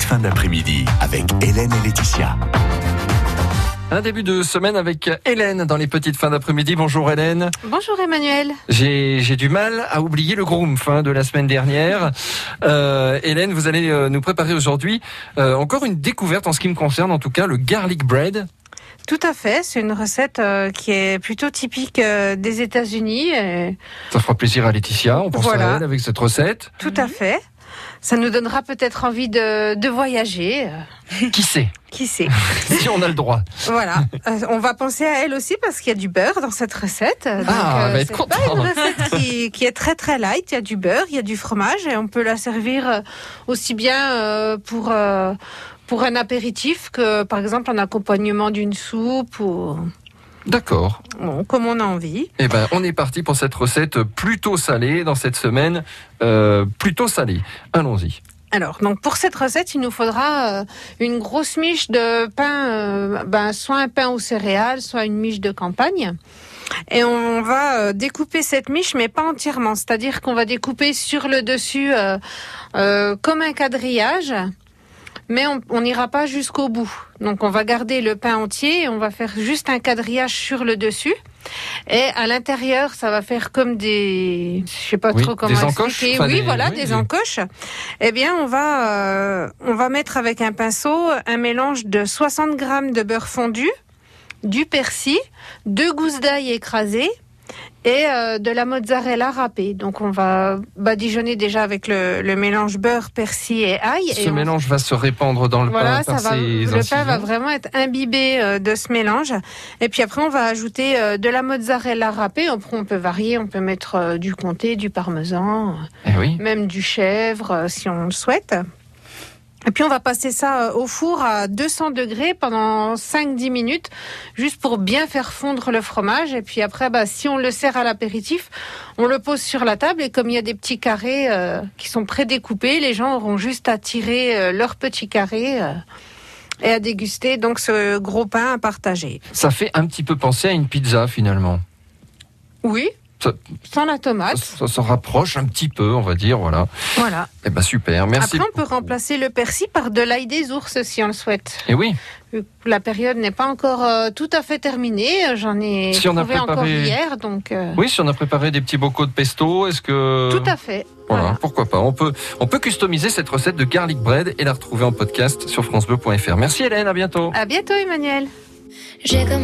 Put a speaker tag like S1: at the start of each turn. S1: fin d'après-midi avec Hélène et Laetitia.
S2: Un début de semaine avec Hélène dans les petites fins d'après-midi. Bonjour Hélène.
S3: Bonjour Emmanuel.
S2: J'ai j'ai du mal à oublier le groom fin de la semaine dernière. Euh, Hélène, vous allez euh, nous préparer aujourd'hui euh, encore une découverte en ce qui me concerne, en tout cas le garlic bread.
S3: Tout à fait, c'est une recette euh, qui est plutôt typique euh, des États-Unis. euh, et
S2: Ça fera plaisir à Laetitia, on pense à
S3: Voilà.
S2: elle avec cette recette.
S3: Tout à fait. Ça nous donnera peut-être envie de, de voyager. euh,
S2: Qui sait
S3: Qui sait
S2: Si on a le droit.
S3: Voilà. Euh, on va penser à elle aussi parce qu'il y a du beurre dans cette recette. euh, donc,
S2: Ah, elle va être
S3: c'est
S2: contente.
S3: pas une recette qui, qui est très très light. Il y a du beurre, il y a du fromage et on peut la servir euh, aussi bien euh, pour euh, pour un apéritif que par exemple en accompagnement d'une soupe ou
S2: D'accord.
S3: bon, comme on a envie.
S2: Eh ben, on est parti pour cette recette plutôt salée dans cette semaine, euh, plutôt salée. Allons-y.
S3: Alors, donc pour cette recette, il nous faudra euh, une grosse miche de pain, euh, ben, soit un pain aux céréales, soit une miche de campagne. Et on va euh, découper cette miche, mais pas entièrement. C'est-à-dire qu'on va découper sur le dessus euh, euh, comme un quadrillage, mais on on n'ira pas jusqu'au bout. Donc on va garder le pain entier et on va faire juste un quadrillage sur le dessus. Et à l'intérieur, ça va faire comme des, je sais pas
S2: Oui,
S3: trop comment
S2: des encoches,
S3: expliquer.
S2: enfin,
S3: oui,
S2: des-
S3: voilà,
S2: oui,
S3: des,
S2: des-
S3: encoches. Eh bien, on va, euh, on va mettre avec un pinceau un mélange de 60 grammes de beurre fondu, du persil, deux gousses d'ail écrasées et euh, de la mozzarella râpée. Donc, on va badigeonner déjà avec le, le mélange beurre, persil et ail.
S2: Ce
S3: et on-
S2: mélange va se répandre dans le
S3: voilà,
S2: pain par
S3: ça va,
S2: ses
S3: le pain
S2: incisions.
S3: va vraiment être imbibé euh, de ce mélange. Et puis après, on va ajouter euh, de la mozzarella râpée. Après, on peut varier, on peut mettre euh, du comté, du parmesan,
S2: Eh oui.
S3: euh, même du chèvre euh, si on le souhaite. Et puis on va passer ça euh, au four à 200 degrés pendant 5-10 minutes, juste pour bien faire fondre le fromage. Et puis après, bah, si on le sert à l'apéritif, on le pose sur la table. Et comme il y a des petits carrés euh, qui sont prédécoupés, les gens auront juste à tirer euh, leurs petits carrés euh, et à déguster donc ce gros pain à partager.
S2: Ça fait un petit peu penser à une pizza finalement.
S3: Oui,
S2: Ça-
S3: sans la
S2: Ça,
S3: tomate.
S2: ça s'en rapproche un petit peu, on va dire, voilà.
S3: Voilà.
S2: Eh ben super, merci.
S3: Après, on peut remplacer le persil par de l'ail des ours si on le souhaite.
S2: Et Eh oui,
S3: La période n'est pas encore euh, tout à fait terminée. Euh, J'en ai
S2: Si on a
S3: trouvé encore
S2: préparé-
S3: hier, donc euh,
S2: oui, si on a préparé des petits bocaux de pesto, est-ce que
S3: tout à fait.
S2: voilà,
S3: Voilà.
S2: pourquoi pas. On peut on peut customiser cette recette de garlic bread et la retrouver en podcast sur francebleu.fr. Merci Hélène, à bientôt.
S3: À bientôt, Emmanuel.
S4: J'ai commencé